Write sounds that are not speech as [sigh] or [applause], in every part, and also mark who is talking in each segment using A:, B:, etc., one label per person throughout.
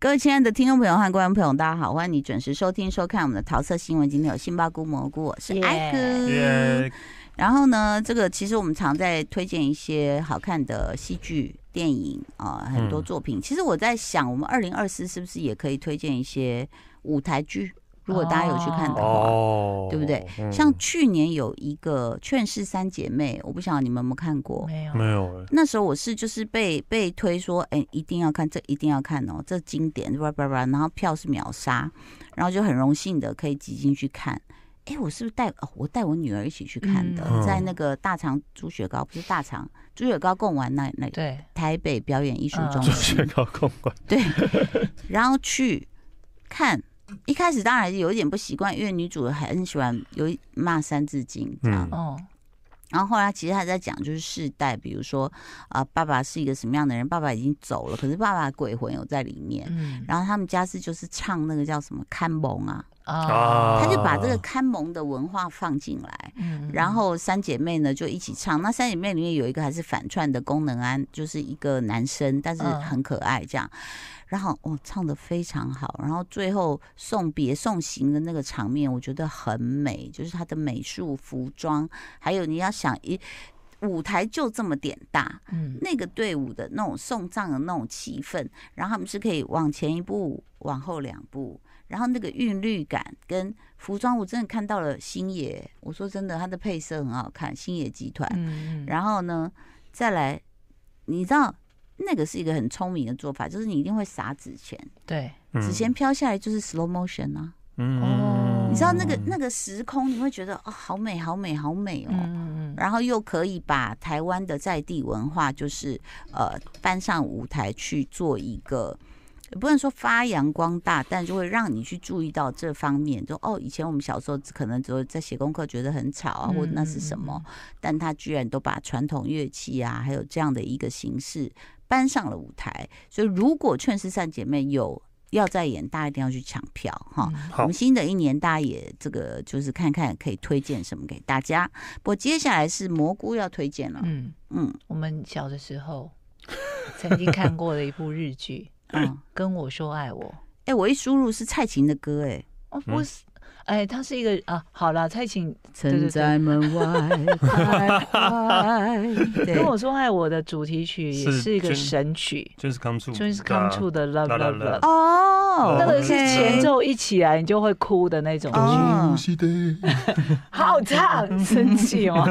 A: 各位亲爱的听众朋友和观众朋友，大家好，欢迎你准时收听收看我们的桃色新闻。今天有杏鲍菇蘑菇，我是艾哥。 예.
B: 耶，
A: 然后呢，这个其实我们常在推荐一些好看的戏剧、电影啊、呃很多
B: 嗯
A: 作品。其实我在想，我们二零二四是不是也可以推荐一些舞台剧？如果大家有去看的话，
B: 哦，
A: 对不对
B: 嗯？
A: 像去年有一个《劝世三姐妹》，我不嗯晓得你们有没有看过。
C: 没有
B: 没有
A: 那时候我是就是被被推说，哎、一定要看，这一定要看哦，这经典，叭叭叭，然后票是秒杀，然后就很荣幸的可以挤进去看。哎、我是不是带、哦、我带我女儿一起去看的，
B: 嗯
A: 在那个大肠猪血糕，不是大肠猪血糕贡丸那那
C: 对，
A: 台北表演艺术
C: 嗯
A: 中
B: 朱
A: 心，
B: 雪高公馆，
A: 对，然后去看。一开始当然有点不习惯，因为女主很喜欢有一骂《三字经》这样。
B: 嗯
C: 哦，
A: 然后后来其实她在讲就是世代，比如说啊、爸爸是一个什么样的人，爸爸已经走了，可是爸爸的鬼魂有在里面。
C: 嗯
A: 然后他们家是就是唱那个叫什么看蒙啊，
B: 啊
A: 他就把这个看蒙的文化放进来。
C: 嗯
A: 然后三姐妹呢就一起唱，那三姐妹里面有一个还是反串的功能安，就是一个男生，但是
C: 嗯
A: 很可爱这样。然后哦，唱的非常好，然后最后送别送行的那个场面，我觉得很美，就是它的美术、服装，还有你要想一舞台就这么点大，
C: 嗯
A: 那个队伍的那种送葬的那种气氛，然后他们是可以往前一步，往后两步，然后那个韵律感跟服装，我真的看到了星野。我说真的，它的配色很好看，星野集团。
C: 嗯
A: 然后呢，再来，你知道那个是一个很聪明的做法，就是你一定会撒纸钱，
C: 对，
B: 嗯
A: 纸钱飘下来就是 slow motion 啊，
B: 음.
C: 哦
A: 你知道那个那
B: 个
A: 个时空，你会觉得哦，好美，好美，好美哦。
C: 嗯嗯嗯，
A: 然后又可以把台湾的在地文化，就是呃搬上舞台去做一个，也不能说发扬光大，但就会让你去注意到这方面。就哦，以前我们小时候可能只有在写功课觉得很吵啊，或者那是什么，但他居然都把传统乐器啊，还有这样的一个形式搬上了舞台。所以如果《劝世三姐妹》有要再演，大家一定要去抢票哈。
C: 嗯？
A: 我
B: 好
A: 们，新的一年，大家也这个就是看看可以推荐什么给大家。不过接下来是蘑菇要推荐了，
C: 嗯，
A: 嗯
C: 我们小的时候 [laughs] 曾经看过的一部日剧
A: 嗯，哎、哎
C: 《跟我说爱我》，
A: 我一输入是蔡琴的歌、哎，
C: 哦，不是，哎，它是一个啊，好啦，蔡琴对
A: 曾
C: 对
A: 在门外徘
C: [laughs]
A: 徊，
C: 《跟
A: 对，
C: 我说爱我》的主题曲也
B: 是
C: 是一个
B: 君
C: 神曲，
B: 就是
A: 嗯
B: come true，
C: 就是《Come True》的《Love
B: La La
C: Love Love》，
A: 哦，
C: 那个
B: OK
C: 是前奏一起来你就会哭的那种
A: 哦
C: 剧，
A: 嗯
D: 都是的，
C: 好
A: [laughs]
C: 唱，生气哦。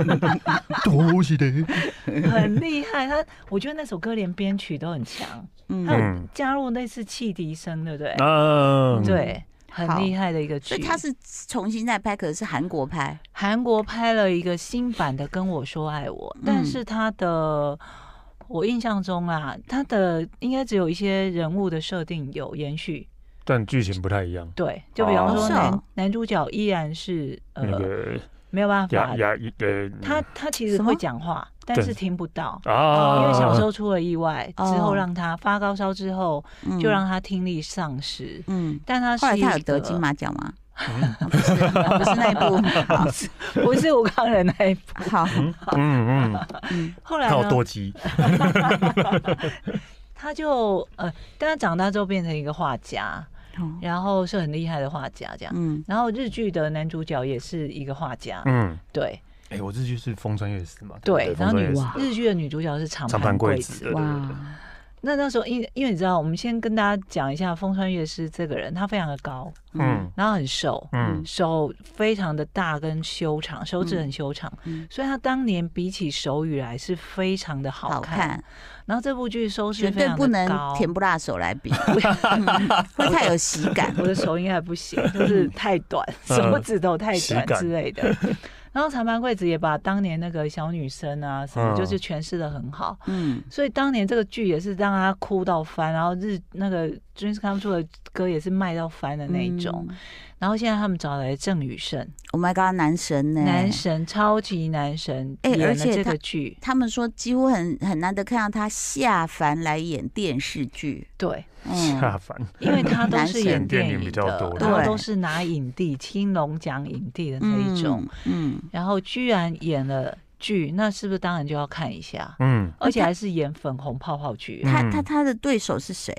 D: 都是的。
C: [laughs] 很厉害。他我觉得那首歌连编曲都很强，还
A: 嗯，
C: 有
B: 嗯
C: 加入类似汽笛声，对不对？
B: 啊，
C: 对，很
A: 好
C: 厉害的一个剧。
A: 所以他是重新再拍，可是韩国拍，
C: 韩国拍了一个新版的《跟我说爱我》，
A: 嗯
C: 但是他的。我印象中啊，他的应该只有一些人物的设定有延续，
B: 但剧情不太一样，
C: 对，就比方
A: 哦
C: 说
A: 是
C: 男、
A: 哦
C: 啊男主角依然是呃、
B: 那个
C: 没有办
B: 雅
C: 法，
B: 雅呃，
C: 他他其实
A: 什么
C: 会讲话，但
B: 对
C: 是听不到，
B: 아.啊，
C: 因为小时候出了意外，
A: 哦
C: 之后让他发高烧之后，
A: 嗯
C: 就让他听力丧失。
A: 嗯。
C: 但他
A: 后来
C: 是一
A: 他有
C: 个
A: 得金，马奖吗？
B: 嗯
A: 啊 [laughs] 不是，不是那一部。好
C: [laughs] 不是吴康仁那一部。
A: 好，
B: 嗯嗯嗯，
A: 嗯
C: 后来
B: 他有
C: 呢，
B: 多急，
C: 他就呃，但他长大之后变成一个画家，
A: 哦
C: 然后是很厉害的画家这样。
A: 嗯，
C: 然后日剧的男主角也是一个画家，
B: 嗯，
C: 对
B: 哎，我这就是风川月史嘛，
C: 对。然后女
A: 哇
C: 日剧的女主角是长
B: 长
C: 盘
B: 盘
C: 贵
B: 贵子
C: 子。
B: 对对对
A: 哇，
C: 那那时候因因为你知道，我们先跟大家讲一下风川月师这个人，他非常的高，
B: 嗯
C: 然后很瘦，
B: 嗯
C: 手非常的大跟修长，手指很修长，
A: 嗯嗯
C: 所以他当年比起手语来是非常的好
A: 好
C: 看。
A: 看，
C: 然后这部剧收视
A: 绝
C: 非
A: 对
C: 常
A: 不
C: 的
A: 能
C: 高，
A: 甜不辣手来比， [laughs] 嗯会太有喜
C: [laughs]
A: 感。
C: 我的手应该不
A: [laughs]
C: 行，就是太短，
B: 嗯
C: 手指头太
B: 实
C: 短
B: 感
C: 之
B: [laughs]
C: 类的。然后长盘贵子也把当年那个小女生啊什么，
B: 嗯
C: 就是诠释的很好。
A: 嗯，
C: 所以当年这个剧也是让他哭到翻，然后日那个《Dreams Come True》的歌也是卖到翻的那一种。
A: 嗯
C: 然后现在他们找来郑宇盛，
A: Oh my god，男神呢、
C: 男神，超级男神，
A: 哎
C: 演
A: 而
C: 了
A: 且
C: 这
A: 他
C: 个剧，
A: 他们说几乎很很难得看到他下凡来演电视剧。
C: 对，
B: 下
A: 嗯，
B: 凡，
C: 因为他都
A: 男
C: 是
A: 神
C: 演
B: 电
C: 电
B: 影
C: 影
B: 比较
C: 的
B: 多，
C: 然后
A: 对
C: 都是拿影帝、青龙奖影帝的那一种，
A: 嗯，嗯
C: 然后居然演了剧，那是不是当然就要看一下？
B: 嗯，
A: 哎
C: 而且还是演粉红泡泡剧，
B: 嗯
A: 他他他的对手是谁？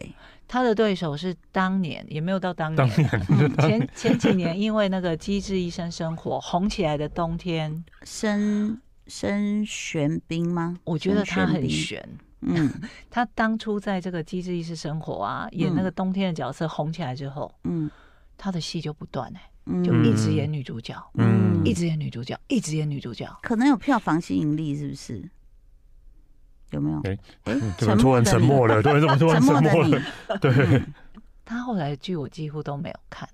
C: 他的对手是当年也没有到当
B: 当
C: 年，
B: 年
C: 前前几年因为那个《机智医生生活》红起来的冬天，
A: 申申玄彬吗？
C: 我觉得他
A: 沈
C: 很
A: 冰
C: 悬。
A: 嗯
C: 他当初在这个《机智医师生活》啊，演那个冬天的角色红起来之后，
A: 嗯
C: 他的戏就不断哎、
A: 嗯，
C: 就一直演女主角，
B: 嗯
C: 一直演女主角，一直演女主角。
A: 可能有票房吸引力，是不是？有没有？
B: 哎
A: 哎
B: 嗯怎么突然沉默
A: 了？
B: 了？对，怎么突然
A: 沉
B: 沉
A: 默的
B: 默
A: 你
B: 了？， [laughs] 对，
C: 他后来的剧我几乎都没有看。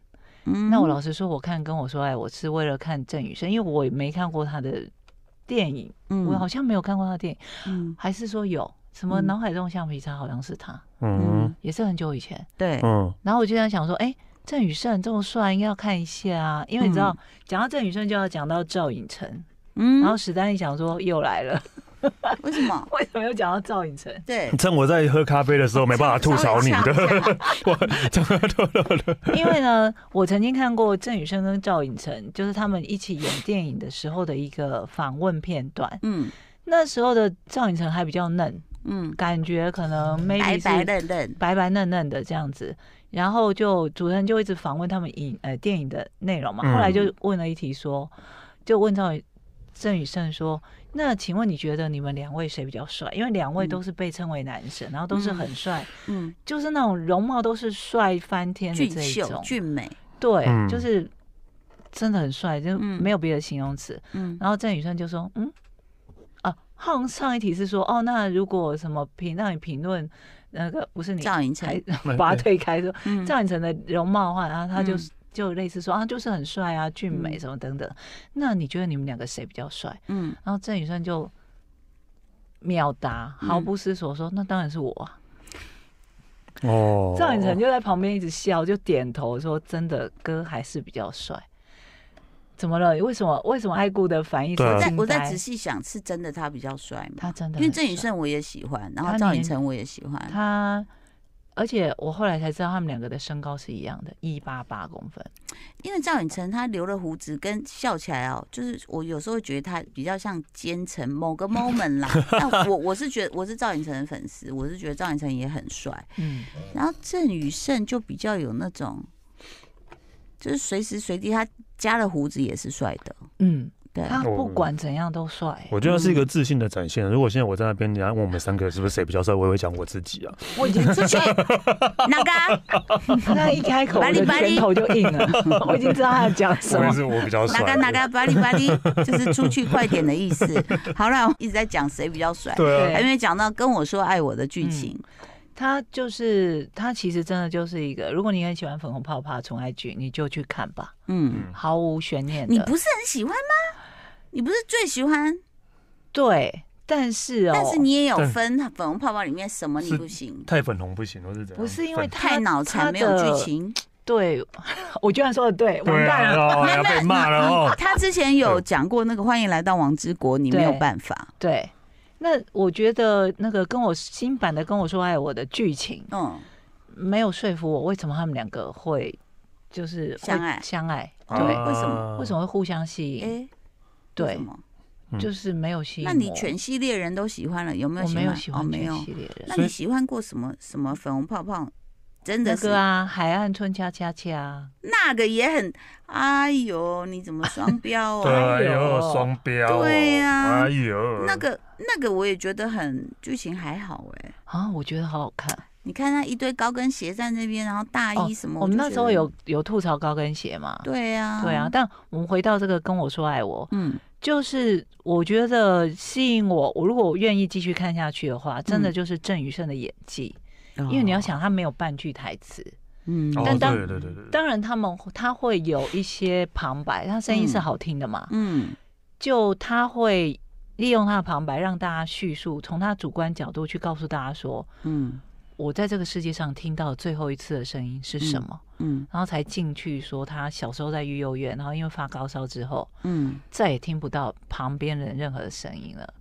A: 嗯
C: 那我老实说，我看《跟我说爱》，哎我是为了看郑宇生，因为我也没看过他的电影，
A: 嗯
C: 我好像没有看过他的电影，
A: 嗯
C: 还是说有什么
A: 嗯
C: 脑海中的橡皮擦，好像是他，
B: 嗯
C: 也是很久以前。
A: 对，
B: 嗯，
C: 然后我就在想说，哎、郑宇盛这么帅，应该要看一下啊，因为你知道，讲、到郑宇盛就要讲到赵寅成，
A: 嗯，
C: 然后史丹利想说又来了， [laughs]
A: 为什么？
C: 为什么又讲到赵寅成？
B: [laughs]
A: 对，
B: 趁我在喝咖啡的时候没办法吐槽你的，
A: [laughs]
C: [laughs]
A: 的，
C: 因为呢，我曾经看过郑宇盛跟赵寅成，就是他们一起演电影的时候的一个访问片段。
A: 嗯
C: 那时候的赵寅成还比较嫩，
A: 嗯，
C: 感觉可能 maybe
A: 白
C: 是
A: 白嫩嫩，
C: 白白嫩嫩的这样子。然后就主持人就一直访问他们影呃电影的内容嘛，
B: 嗯
C: 后来就问了一题说，就问赵郑宇盛说，那请问你觉得你们两位谁比较帅？因为两位
A: 嗯
C: 都是被称为男神，然后都是很帅，
A: 嗯，
C: 就是那种容貌都是帅翻天的
A: 俊
C: 这一
A: 秀
C: 种，
A: 俊美，
C: 对，
B: 嗯
C: 就是真的很帅，就
A: 嗯
C: 没有别的形容词。
A: 嗯
C: 然后郑宇盛就说，嗯，啊，好像上一题是说，哦，那如果什么评让你评论那个不是你
A: 赵寅成
C: 才，把他推开说
A: 嗯
C: 赵寅成的容貌的话，然后他就、
A: 嗯
C: 就类似说啊，就是很帅啊，俊美
A: 嗯
C: 什么等等。那你觉得你们两个谁比较帅？
A: 嗯
C: 然后郑宇盛就秒答，
A: 嗯
C: 毫不思索说，那当然是我啊。
B: 哦，
C: 赵寅成就在旁边一直笑，就点头说：“真的，哥还是比较帅。”怎么了？为什么？为什么爱顾的反应是
B: 对啊
A: 我在
C: 惊呆？
A: 我在仔细想，是真的他比较帅吗？
C: 他真的
A: 因
C: 很
A: 为郑宇
C: 帅，
A: 盛我也喜欢，然
C: 他
A: 后赵寅
C: 年
A: 成我也喜欢，
C: 他而且我后来才知道他们两个的身高是一样的，一八八公分。
A: 因为赵寅成他留了胡子跟笑起来哦，就是我有时候会觉得他比较像奸臣某个 moment
C: [laughs]
A: 啦。但我我是觉得我是赵寅成的粉丝，我是觉得赵寅成也很帅，
C: 嗯，
A: 然后郑宇盛就比较有那种，就是随时随地他加了胡子也是帅的，
C: 嗯，
A: 对，
C: 他不管怎样都帅。
B: 我觉得是一个自信的展现。如果现在我在那边，你要问我们三个是不是谁比较帅，我也会讲我自己啊。
C: 我已经
A: 出去哪个
C: [laughs]
A: 啊
C: 他一开口，我
A: 巴黎
C: 的
A: 巴黎
C: 拳头就硬了。 [laughs] 我已经知道他要讲什
B: 我也
C: 么。
B: 是我比较
A: 哪
B: 帅
A: 个，哪个巴黎巴黎，就是出去快点的意思。好了，我一直在讲谁比较帅，
B: 对啊，
A: 还没讲到跟我说爱我的剧情。
C: 他就是他，其实真的就是一个，如果你很喜欢粉红泡泡、宠爱剧，你就去看吧，
A: 嗯，
C: 毫无悬念的。
A: 你不是很喜欢吗？你不是最喜欢？
C: 对，但是哦，
A: 但是你也有
B: 对
A: 分粉红泡泡里面什么你
B: 是
A: 不行，
B: 太粉红不行，我是怎样？
C: 不是因为他
A: 太脑
C: 他
A: 残
C: 的
A: 没有剧情。
C: 对，我居然说的对，完
B: 对
C: 蛋
B: 啊，
C: 了。
B: 哦
A: 没有
B: 要被骂了哦。
A: 他之前有讲过那个《欢迎来到王之国》，你没有
C: 对
A: 办法。
C: 对，那我觉得那个跟我新版的跟我说爱我的剧情
A: 嗯，
C: 没有说服我，为什么他们两个会就是会
A: 相爱
C: 相爱？对，
A: 啊为什么
C: 为什么会互相吸引？
A: 哎，为
C: 对
A: 什，么
B: 嗯
C: 就是没有吸引我。
A: 那你全系列人都喜欢了，有没有
C: 我
A: 喜
C: 没
A: 欢？
C: 有喜欢
A: 哦，没
C: 全
A: 有
C: 系。列人。
A: 那你喜欢过什么什么粉红泡泡？真
C: 那
A: 的是
C: 个啊，海岸村恰恰啊恰，
A: 那个也很，哎呦，你怎么双标
C: [laughs]
B: 对
A: 哦？
B: 啊，哎呦，双标哦。
A: 对啊
B: 哎呦，
A: 那个那个我也觉得很剧情还好哎、
C: 啊，我觉得好好看。哦
A: 你看他一堆高跟鞋在那边，然后大衣什么，
C: 我们
A: 就
C: 那
A: 觉
C: 时候
A: 得
C: 有有吐槽高跟鞋嘛？
A: 对呀、
C: 对啊，，但我们回到这个跟我说爱我，
A: 嗯
C: 就是我觉得吸引我，我如果我愿意继续看下去的话，真
A: 嗯
C: 的就是郑宇盛的演技，
A: 哦
C: 因为你要，想他没有半句台词，
A: 嗯
B: 哦，
C: 但当
B: 对对对对对，
C: 当然他们他会有一些旁白，他声音是好听的嘛，
A: 嗯
C: 就他会利用他的旁白让大家叙述，从他主观角度去告诉大家说，
A: 嗯
C: 我在这个世界上听到最后一次的声音是什么，
A: 嗯
C: 然后才进去说他小时候在育幼院，然后因为发高烧之后，
A: 嗯，
C: 再也听不到旁边人任何的声音了。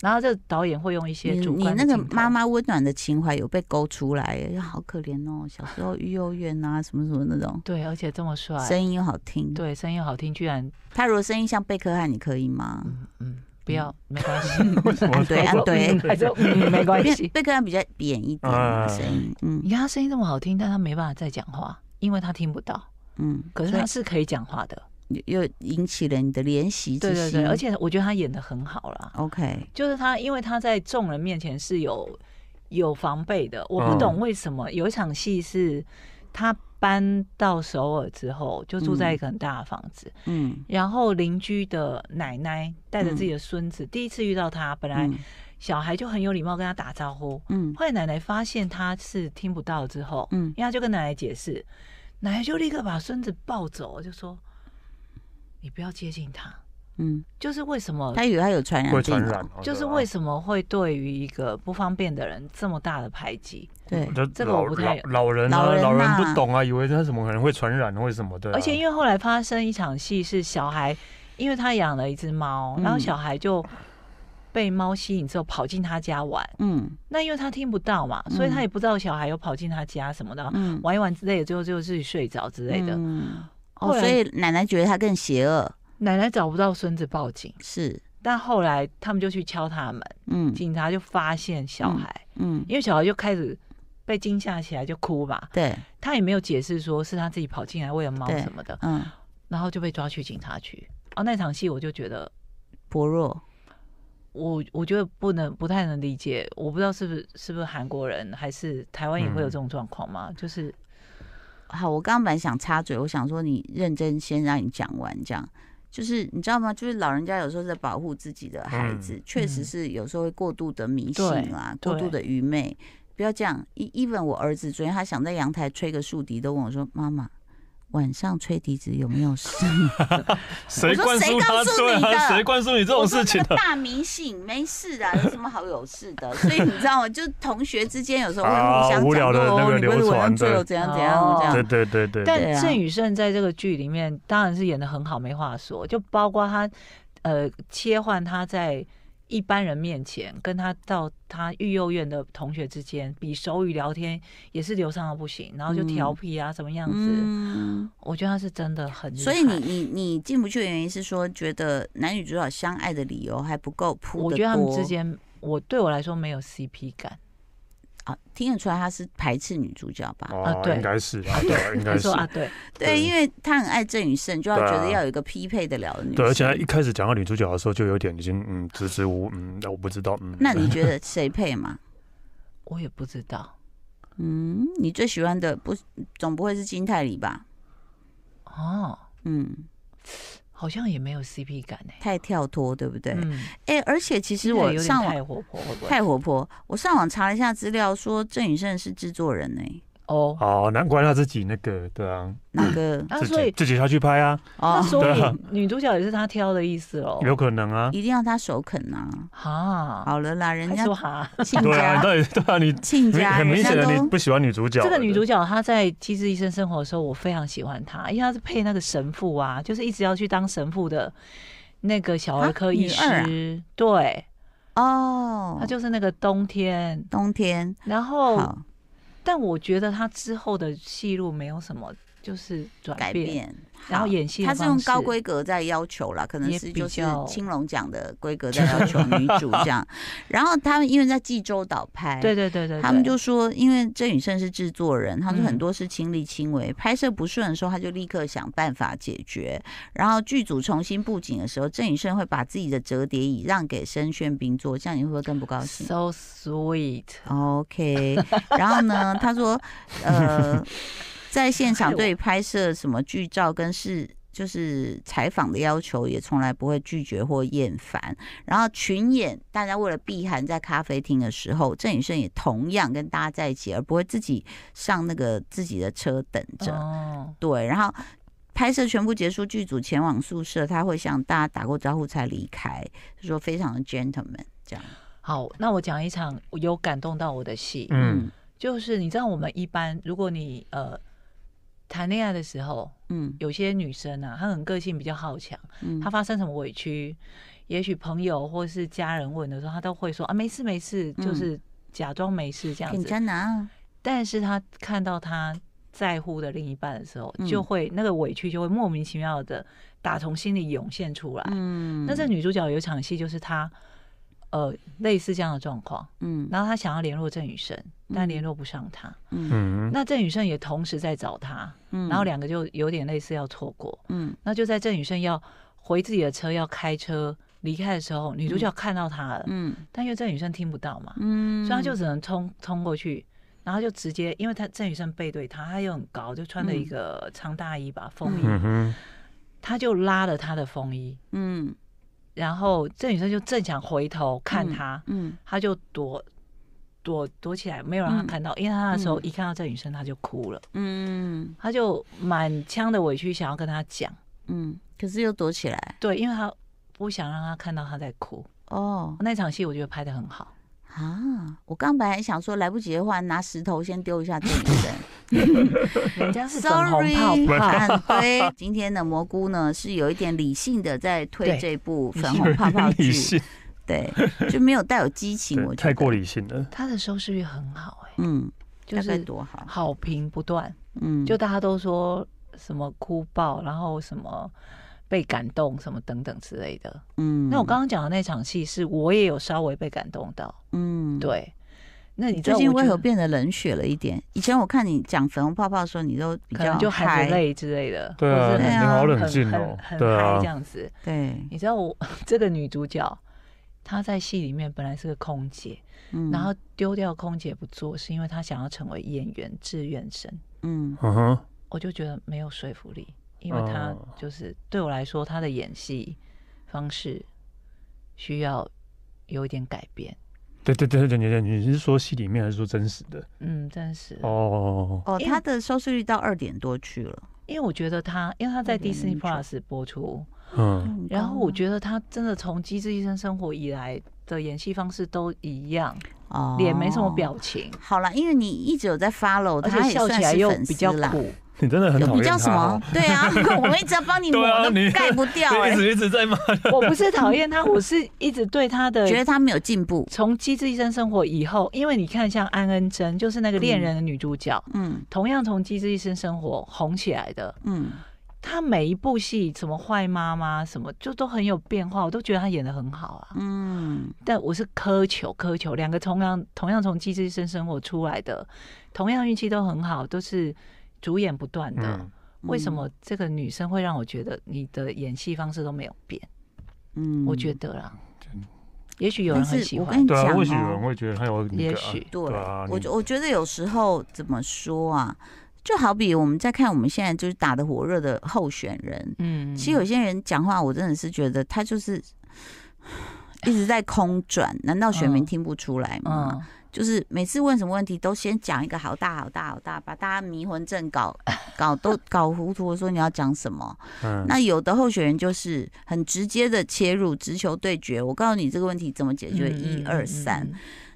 C: 然后这导演会用一些
A: 你
C: 主
A: 你
C: 观的
A: 那个
C: 镜头
A: 妈，妈温暖的情怀有被勾出来耶，好可怜哦，小时候育幼院啊什么什么那种，
C: 对，而且这么帅，
A: 声音又好听。
C: 对，声音又好听，居然
A: 他如果声音像贝克汉，你可以吗？
C: 嗯嗯，不要，没关系，
A: 安嗯对安对，啊
C: [laughs] 还是嗯没关
A: 变
C: 系。
A: 贝克汉比较扁一点嘛
B: 啊
A: 声音，
C: 你
A: 嗯
C: 看他声音这么好听，但他没办法再讲话，因为他听不到。
A: 嗯，
C: 可是
A: 所以
C: 他是可以讲话的，
A: 又又引起了你的怜惜
C: 对
A: 之
C: 对
A: 心，
C: 对，而且我觉得他演的很好啦。
A: OK，
C: 就是他，因为他在众人面前是有有防备的。我不
B: 嗯
C: 懂为什么、有一场戏是他搬到首尔之后，就住在一个很大的房子，
A: 嗯，
C: 然后邻居的奶奶带着自己的孙子、第一次遇到他，本来
A: 嗯
C: 小孩就很有礼貌跟他打招呼，
A: 嗯
C: 后来奶奶发现他是听不到之后，
A: 嗯
C: 因为他就跟奶奶解释，奶奶就立刻把孙子抱走，就说：“你不要接近他。
A: 嗯，”
C: 就是为什么
A: 他以为他有传染
B: 会
A: 病哦，
B: 传染，啊
C: 就是为什么会对于一个不方便的人这么大的排挤？
A: 对，
B: 就
C: 这个
B: 老
C: 我不太
B: 老老人啊，
A: 老人
B: 老人
A: 呐
B: 不懂啊，以为他怎么可能会传染或者什么的啊，
C: 而且因为后来发生一场戏是小孩，因为他养了一只猫，
A: 嗯
C: 然后小孩就被猫吸引之后跑进他家玩。
A: 嗯
C: 那因为他听不到嘛，
A: 嗯
C: 所以他也不知道小孩有跑进他家什么的，
A: 嗯
C: 玩一玩之类的，最后就自己睡着啊之类的。
A: 嗯
C: 后
A: 哦，
C: 来
A: 所以奶奶觉得他更邪恶，
C: 奶奶找不到孙子报警，
A: 是，
C: 但后来他们就去敲他的门，
A: 嗯
C: 警察就发现小孩，
A: 嗯，
C: 因为小孩就开始被惊吓起来就哭嘛，
A: 对，
C: 他也没有解释说是他自己跑进来喂了猫
A: 对
C: 什么的，
A: 嗯，
C: 然后就被抓去警察局。哦，那场戏我就觉得，
A: 薄弱，
C: 我我觉得不能不太能理解，我不知道是不是是不是韩国人还是台湾也会有这种状况吗？
A: 嗯
C: 就是
A: 好，我刚刚本来想插嘴，我想说你认真先让你讲完，这样就是你知道吗？就是老人家有时候在保护自己的孩子，确实
C: 嗯
A: 是有时候会过度的迷信
C: 对
A: 啦，过度
C: 对
A: 的愚昧。不要这样，e even 我儿子昨天他想在阳台吹个竖笛，都问我说：“妈妈，晚上吹笛子有没有事
B: 谁
A: 我说
B: 灌
A: 谁
B: 输
A: 告
B: 他？
A: 诉
B: 对
A: 你的
B: 啊，谁灌输你 [laughs] 这？”
A: 我
B: 种
A: 说
B: 事
A: 这
B: 情
A: 个
B: 的？
A: 大迷信，没事的，有什么好有事的？所以你知道吗？就同学之间有时候会互相
B: 啊
A: 讲
B: 无聊的
A: 说
B: 那
A: 哦
B: 个
A: 你不是
B: 流
A: 晚上
B: 传
A: 吹
B: 对
A: 哦怎样怎样这
C: 哦
B: 对
A: 样。
B: 对对对，
C: 但
A: 对啊
C: 郑宇盛在这个剧里面当然是演的很好，没话说。就包括他呃切换他在一般人面前，跟他到他育幼院的同学之间比手语聊天也是流畅到不行，然后就
A: 嗯
C: 调皮啊什么样子。
A: 嗯，
C: 我觉得他是真的很厉害，
A: 所以你你你进不去的原因是说，觉得男女主角相爱的理由还不够铺
C: 我
A: 得
C: 觉得他们
A: 多
C: 之间，我对我来说没有 CP 感。
A: 啊，听得出来他是排斥女主角吧？
B: 哦
C: 啊对
B: 应该是啊，对啊，应该
C: 你
B: 是
C: 说。啊，对，
A: 对，
B: 对
A: 因为他很爱郑宇盛，就要
B: 对啊
A: 觉得要有一个匹配得了的女生。
B: 对，而且他一开始讲到女主角的时候，就有点已经嗯支支吾吾，嗯，我不知道，嗯，
A: 那你觉得谁配嘛？
C: 我也不知道
A: 嗯，你最喜欢的不总不会是金泰梨吧？
C: 哦，
A: 嗯，
C: 好像也没有 CP 感哎、
A: 太跳脱，对不对？哎、
C: 嗯，
A: 而且其
C: 其
A: 实我
C: 有点
A: 上网
C: 太活泼，会不会？
A: 太活泼，我上网查了一下资料，说郑宇盛是制作人呢、
C: 哦，
B: 哦，难怪他自己那个，对啊，
A: 哪个？
C: 那
B: 自
C: 所
B: 己
C: 以
B: 自己下去拍啊，
C: 嗯那
A: 哦，
C: 所
B: 对
C: 以
B: 啊
C: 女主角也是他挑的意思喽？
B: 有可能啊，
A: 一定要他首肯啊！
C: 哈，
A: 好了啦，人
C: 还
A: 家
C: 说哈，
A: 亲
B: 对啊，
A: 家
B: 你到底对啊，你
A: 亲
B: 明
A: 家，
B: 很明
A: 人家
B: 显的
A: 都
B: 你不喜欢女主角了，
C: 这个女主
B: 对
C: 角她在《机智医生生活》的时候，我非常喜欢她，因为她是配那个神父啊，就是一直要去当神父的那个小儿科医师，
A: 啊女二啊
C: 对，
A: 哦，
C: 她就是那哦个冬天，
A: 冬天
C: 然后
A: 好
C: 但我觉得她之后的戏路没有什么就是转
A: 改
C: 变。
A: 变，
C: 然
A: 好
C: 后演戏的
A: 他是
C: 方
A: 用高
C: 式
A: 规格在要求啦，可能
C: 也
A: 是
C: 比
A: 就是
C: 较
A: 青龙奖的规格
C: [laughs]
A: 在要求女主这样。然后他们因为在济州岛拍，
C: 对对对对对，
A: 他们就说，因为郑宇盛是制作人，他说
C: 嗯
A: 很多事亲力亲为，拍摄不顺的时候他就立刻想办法解决。然后剧组重新布景的时候，郑宇盛会把自己的折叠椅让给申炫斌坐，这样你会不会更不高兴？
C: so sweet。
A: OK，然后呢，他说，呃，在现场对拍摄什么剧照跟是就是采访的要求，也从来不会拒绝或厌烦。然后群演，大家为了避寒在咖啡厅的时候，郑宇盛也同样跟大家在一起，而不会自己上那个自己的车等着。
C: 哦，
A: 对，然后拍摄全部结束，剧组前往宿舍，他会向大家打过招呼才离开，就说非常的 gentleman 这样。
C: 好，那我讲一场有感动到我的戏，
B: 嗯
C: 就是你知道我们一般，如果你呃谈恋爱的时候，
A: 嗯
C: 有些女生啊，她很个性比较好强，
A: 嗯，
C: 她发生什么委屈，也许朋友或是家人问的时候，她都会说啊没事没事，
A: 嗯
C: 就是假装没事这样
A: 骗
C: 子。
A: 真啊。
C: 但是她看到她在乎的另一半的时候，
A: 嗯
C: 就会那个委屈就会莫名其妙的打从心里涌现出来。
A: 嗯，
C: 那这女主角有一场戏就是她，呃，类似这样的状况，
A: 嗯
C: 然后她想要联络郑宇盛，但联络不上他。
A: 嗯
B: 嗯，
C: 那郑宇盛也同时在找她，
A: 嗯
C: 然后两个就有点类似要错过。
A: 嗯
C: 那就在郑宇盛要回自己的车要开车离开的时候，女主角看到他了，
A: 嗯
C: 但因为郑宇盛听不到嘛，
A: 嗯，
C: 所以他就只能冲冲过去，然后就直接，因为他郑宇盛背对他，他又很高，就穿了
A: 嗯
C: 一个长大衣吧，风衣，
B: 嗯哼，
C: 他就拉了他的风衣，
A: 嗯
C: 然后郑宇盛就正想回头看他，
A: 嗯
C: 他就躲躲躲起来，没有让他看到，因为他那时候一看到郑宇盛，他就哭了，
A: 嗯
C: 他就满腔的委屈想要跟他讲，
A: 嗯，可是又躲起来
C: 对，因为他不想让他看到他在哭。
A: 哦
C: 那场戏我觉得拍的很好，
A: 啊！我刚本来想说来不及的话，拿石头先丢一下郑医生。
C: 人家 [laughs] 是粉红
A: [laughs] Sorry，
C: 泡泡，
A: [laughs] 反
C: [laughs]
A: 对。今天的蘑菇呢是有一点理性的在推
C: 对
A: 这部粉红泡泡
B: [laughs] 理
A: 剧，
B: 性，
A: 对，就没有带有激情，我
B: 对，
A: 觉得
B: 太过理性了。
C: 他的收视率很好哎、
A: 嗯，
C: 就
A: 大概
C: 是
A: 多好，
C: 好评不断，
A: 嗯，
C: 就大家都说什么哭爆，然后什么被感动，什么等等之类的。
A: 嗯，
C: 那我刚刚讲的那场戏是我也有稍微被感动到，
A: 嗯，
C: 对。那你知
A: 最
C: 道
A: 近
C: 我
A: 为
C: 觉
A: 何
C: 得
A: 变得冷血了一点？以前我看你讲粉红泡泡的时候，你都比
C: 可
A: 较
C: 能就
A: 嗨
C: 含着，泪之类的，
B: 对啊，
C: 或者
A: 对
B: 你
A: 啊
B: 好冷
C: 很
B: 静哦，
C: 很
B: 对
C: 很嗨
B: 啊
C: 这，样子。
A: 对，
C: 你知道我这个女主角，她在戏里面本来是个空姐，
A: 嗯
C: 然后丢掉空姐不做，是因为她想要成为演员志愿生。
A: 嗯
B: 嗯哼，
C: 我就觉得没有说服力，因为她
B: 哦
C: 就是、对我来说，她的演戏方式需要有一点改变。
B: 对对对对对对，你是说戏里面还是说真实的？
C: 嗯，真是，
B: 哦，
A: 哦，
C: 因为
A: 它的收视率到二点多去了，
C: 因为我觉得她，因为她在
A: 有点哦
C: Disney
A: 那种
C: Plus 播出，
B: 嗯，
C: 然后我觉得她真的从《机智医生生活》以来的演戏方式都一样，
A: 得
C: 脸没什么。表情，
A: 哦好啦，因为你一直有在 follow，
C: 而
A: 哦他
C: 且
A: 也
C: 笑
A: 算
C: 起来
A: 是
C: 又
A: 粉
C: 比
A: 丝
C: 较
A: 啦。
C: 苦。
B: 你真的很讨
A: 比
B: 厌
A: 较什
B: 他
A: 么
B: 哦，？
A: 对啊，我们一直要帮你抹，
B: [laughs] 对啊
A: 都
B: 你
A: 盖不掉、
B: [laughs] 对，一
A: 欸，
B: 直一直在骂，
C: 我不是讨
A: [laughs]
C: 厌她，我是一直对她的
A: 觉得他没有进步。
C: 从《机智医生生活》以后，因为你看像安恩珍，就是那个恋
A: 嗯
C: 人的女主角。
A: 嗯
C: 同样从《机智医生生活》红起来的，
A: 嗯
C: 她每一部戏，什么坏妈妈，什么就都很有变化，我都觉得她演的很好啊。
A: 嗯
C: 但我是苛求苛求，两个同样同样从《机智医生生活》出来的，同样运气都很好，都是主演不断的。
B: 嗯，
C: 为什么这个女生会让我觉得你的演戏方式都没有变？
A: 嗯
C: 我觉
A: 得
C: 得啦
B: 真的，
C: 也许有人很
A: 但是
C: 喜
A: 我
C: 欢
A: 跟，
B: 对
A: 讲
B: 啊，
A: 哦
B: 或许有人会觉得他有那个啊，
C: 也许
A: 对，
B: 对啊
A: 我
B: 你
A: 觉我觉得有时候怎么说啊，就好比我们在看我们现在就是打的火热的候选人，
C: 嗯，
A: 其实有些人讲话，我真的是觉得他就是 [sighs] 一直在空转，难道选民
C: 嗯
A: 听不出来吗？
C: 嗯，
A: 就是每次问什么问题，都先讲一个好大好大好大，把大家迷魂阵搞搞都搞糊涂，说你要讲什么。
B: 嗯，
A: 那有的候选人就是很直接的切入，直球对决。我告诉你这个问题怎么解决，一
C: 嗯
A: 二
C: 嗯
A: 三
C: 嗯。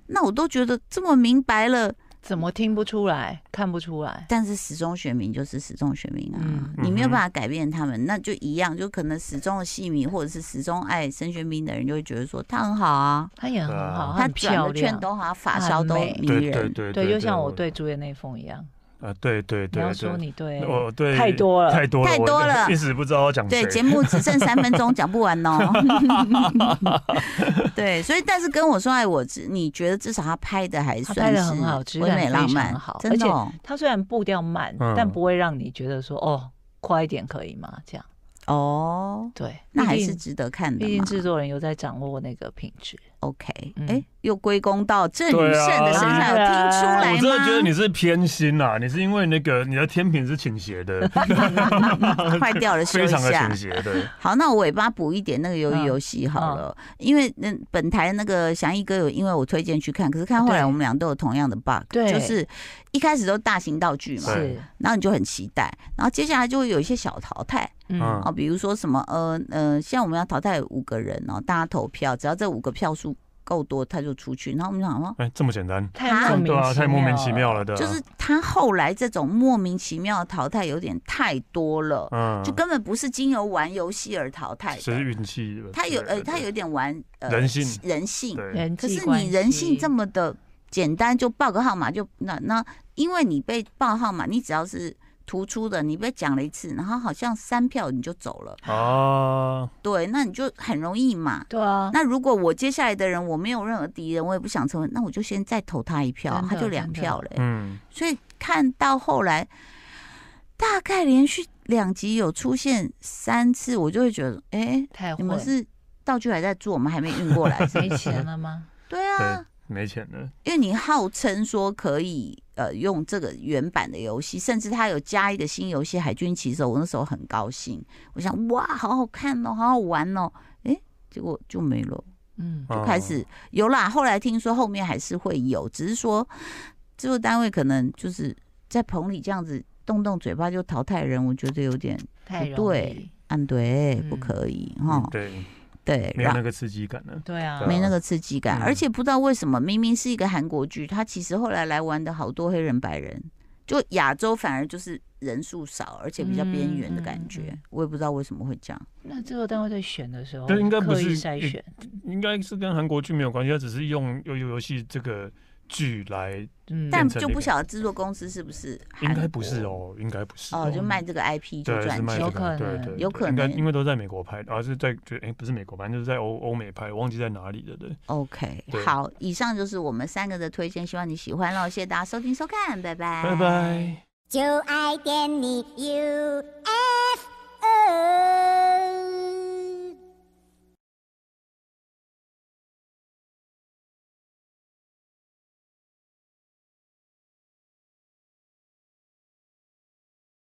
A: 那我都觉得这么明白了，
C: 怎么听不出来，看不出来？
A: 但是始终选民就是始终选民啊，
C: 嗯
A: 你没有
B: 嗯哼
A: 办法改变他们，那就一样，就可能始终的戏迷或者是始终爱申玄彬的人就会觉得说他很好啊，
C: 她演很好，
A: 他
C: 她哦
A: 转
C: 很漂
A: 的圈
C: 亮，
A: 都好，发梢都
C: 她很美
A: 迷
B: 对对
A: 人，
B: 对
C: 对，就像我对朱元内丰一样，
B: 啊，对对
C: 你
B: 对
C: 要
B: 对
C: 说，你对
B: 我对
C: 太多了
B: 太多了，
A: 太多
B: 我
A: 了
B: 一时不知道要讲谁
A: 对，。节目只剩三分钟，讲不完
B: [laughs]
A: 哦。对，所以但是跟我说爱我，只你觉得至少他拍的还
C: 他
A: 算
C: 拍
A: 是
C: 得很好质
A: 唯
C: 感
A: 美浪
C: 非常
A: 漫
C: 好，
A: 真的哦
C: 他虽然步调慢，
B: 嗯
C: 但不会让你觉得说哦，快一点可以吗？这样
A: 哦，
C: 对，
A: 那还
C: 毕
A: 是
C: 竟
A: 值得看
C: 毕
A: 的
C: 竟
A: 嘛。
C: 制作人有在掌握那个品质，
A: OK，
C: 嗯
A: 哎，又归功到郑宇盛
B: 对啊
A: 的身上，有听出来吗？
B: 我真的觉得你是偏心啦、你是因为那个你的天平是倾
A: [laughs]
B: 斜的， [laughs]
A: 坏掉了，修
B: 非
A: 一
B: 常的嗯
A: 下
B: 倾。斜的。
A: 好，那我尾巴补一点那个鱿鱼游戏好了，
B: 嗯
A: 因为那本台那个祥一哥有因为我推荐去看，可是看后来
C: 对
A: 我们俩都有同样的 bug，
C: 对
A: 就是一开始都大型道具嘛，
B: 对
C: 是，
A: 然后你就很期待，然后接下来就会有一些小淘汰
B: 嗯
C: 嗯
A: 啊，比如说什么呃呃，现在我们要淘汰五个人哦，大家投票，只要这五个票数够多，他就出去，然后我们就想说。
B: 哎、这么简单，
C: 太
A: 啊
C: 莫名
B: 对啊，太莫名其妙
C: 了，
B: 了的、对啊
A: 就是他后来这种莫名其妙的淘汰有点太多了，
B: 嗯，
A: 就根本不是经由玩游戏而淘汰
B: 只是
A: 的。
B: 运气。
A: 他有呃，他有点玩呃
B: 人性
A: 人性，
B: 对，啊
C: 人
A: 可
C: 际
A: 是
C: 关
A: 你人性
C: 系
A: 这么的简单，就报个号码就那那因为你被报号码，你只要是突出的，你被讲了一次，然后好像三票你就走了，
B: 啊，
A: 对，那你就很容易嘛。
C: 对啊，
A: 那如果我接下来的人我没有任何敌人，我也不想成为，那我就先再投他一票，
C: 真的
A: 他就两票了欸、
B: 嗯，
A: 所以看到后来，大概连续两集有出现三次，我就会觉得，哎、
C: 太
A: 你
C: 混，
A: 们是道具还在做，我们还没运过
B: [laughs]
A: 来，
C: 没钱了
A: [laughs]
C: 吗？
A: 对
B: 对
A: 啊，，
B: 没钱了，
A: 因为你号称说可以呃用这个原版的游戏，甚至他有加一个新游戏《海军棋手》，我那时候很高兴，我想哇，好好看哦，好好玩哦，哎、结果就没了，
C: 嗯，
B: 啊
A: 就开
B: 哦
A: 始、有啦。后来听说后面还是会有，只是说制作单位可能就是在棚里这样子动动嘴巴就淘汰人，我觉得有点
C: 太容易，
A: 对按对，
C: 嗯
A: 不可以
B: 哦，
A: 哈
B: 嗯。对，
A: 对，啊
B: 没有那个刺激感了，
C: 对啊，
A: 没那个刺激感，
B: 嗯
A: 而且不知道为什么，明明是一个韩国剧，它其实后来来玩的好多黑人、白人，就亚洲反而就是人数少，而且比较边缘的感觉。
C: 嗯嗯嗯
A: 我也不知道为什么会这样。
C: 那制作单位在选的时候，
B: 对应该不
C: 刻意
B: 是
C: 筛
B: 一
C: 选，
B: 应该是跟韩国剧没有关系，它只是用游游游戏这个剧来，
C: 嗯，
A: 但
B: 变成
A: 就
B: 那
A: 不
B: 个
A: 晓得制作公司是不是韩
B: 应
A: 国
B: 该不是。哦，应该不是
A: 哦，就卖这个 IP 就
B: 对，是
A: 赚钱
B: 卖这
C: 有
B: 个
C: 可能
B: 对对，
A: 有
B: 对
A: 可
B: 应该
A: 能
B: 因为都在美国拍，而、是在觉得哎、不是美国拍，就是在欧欧美拍，忘记在哪里了。对，
A: OK，
B: 对
A: 好，以上就是我们三个的推荐，希望你喜欢啊喽。谢谢大家收听收看，拜拜，
B: 拜拜。
E: 就爱点你 UFO。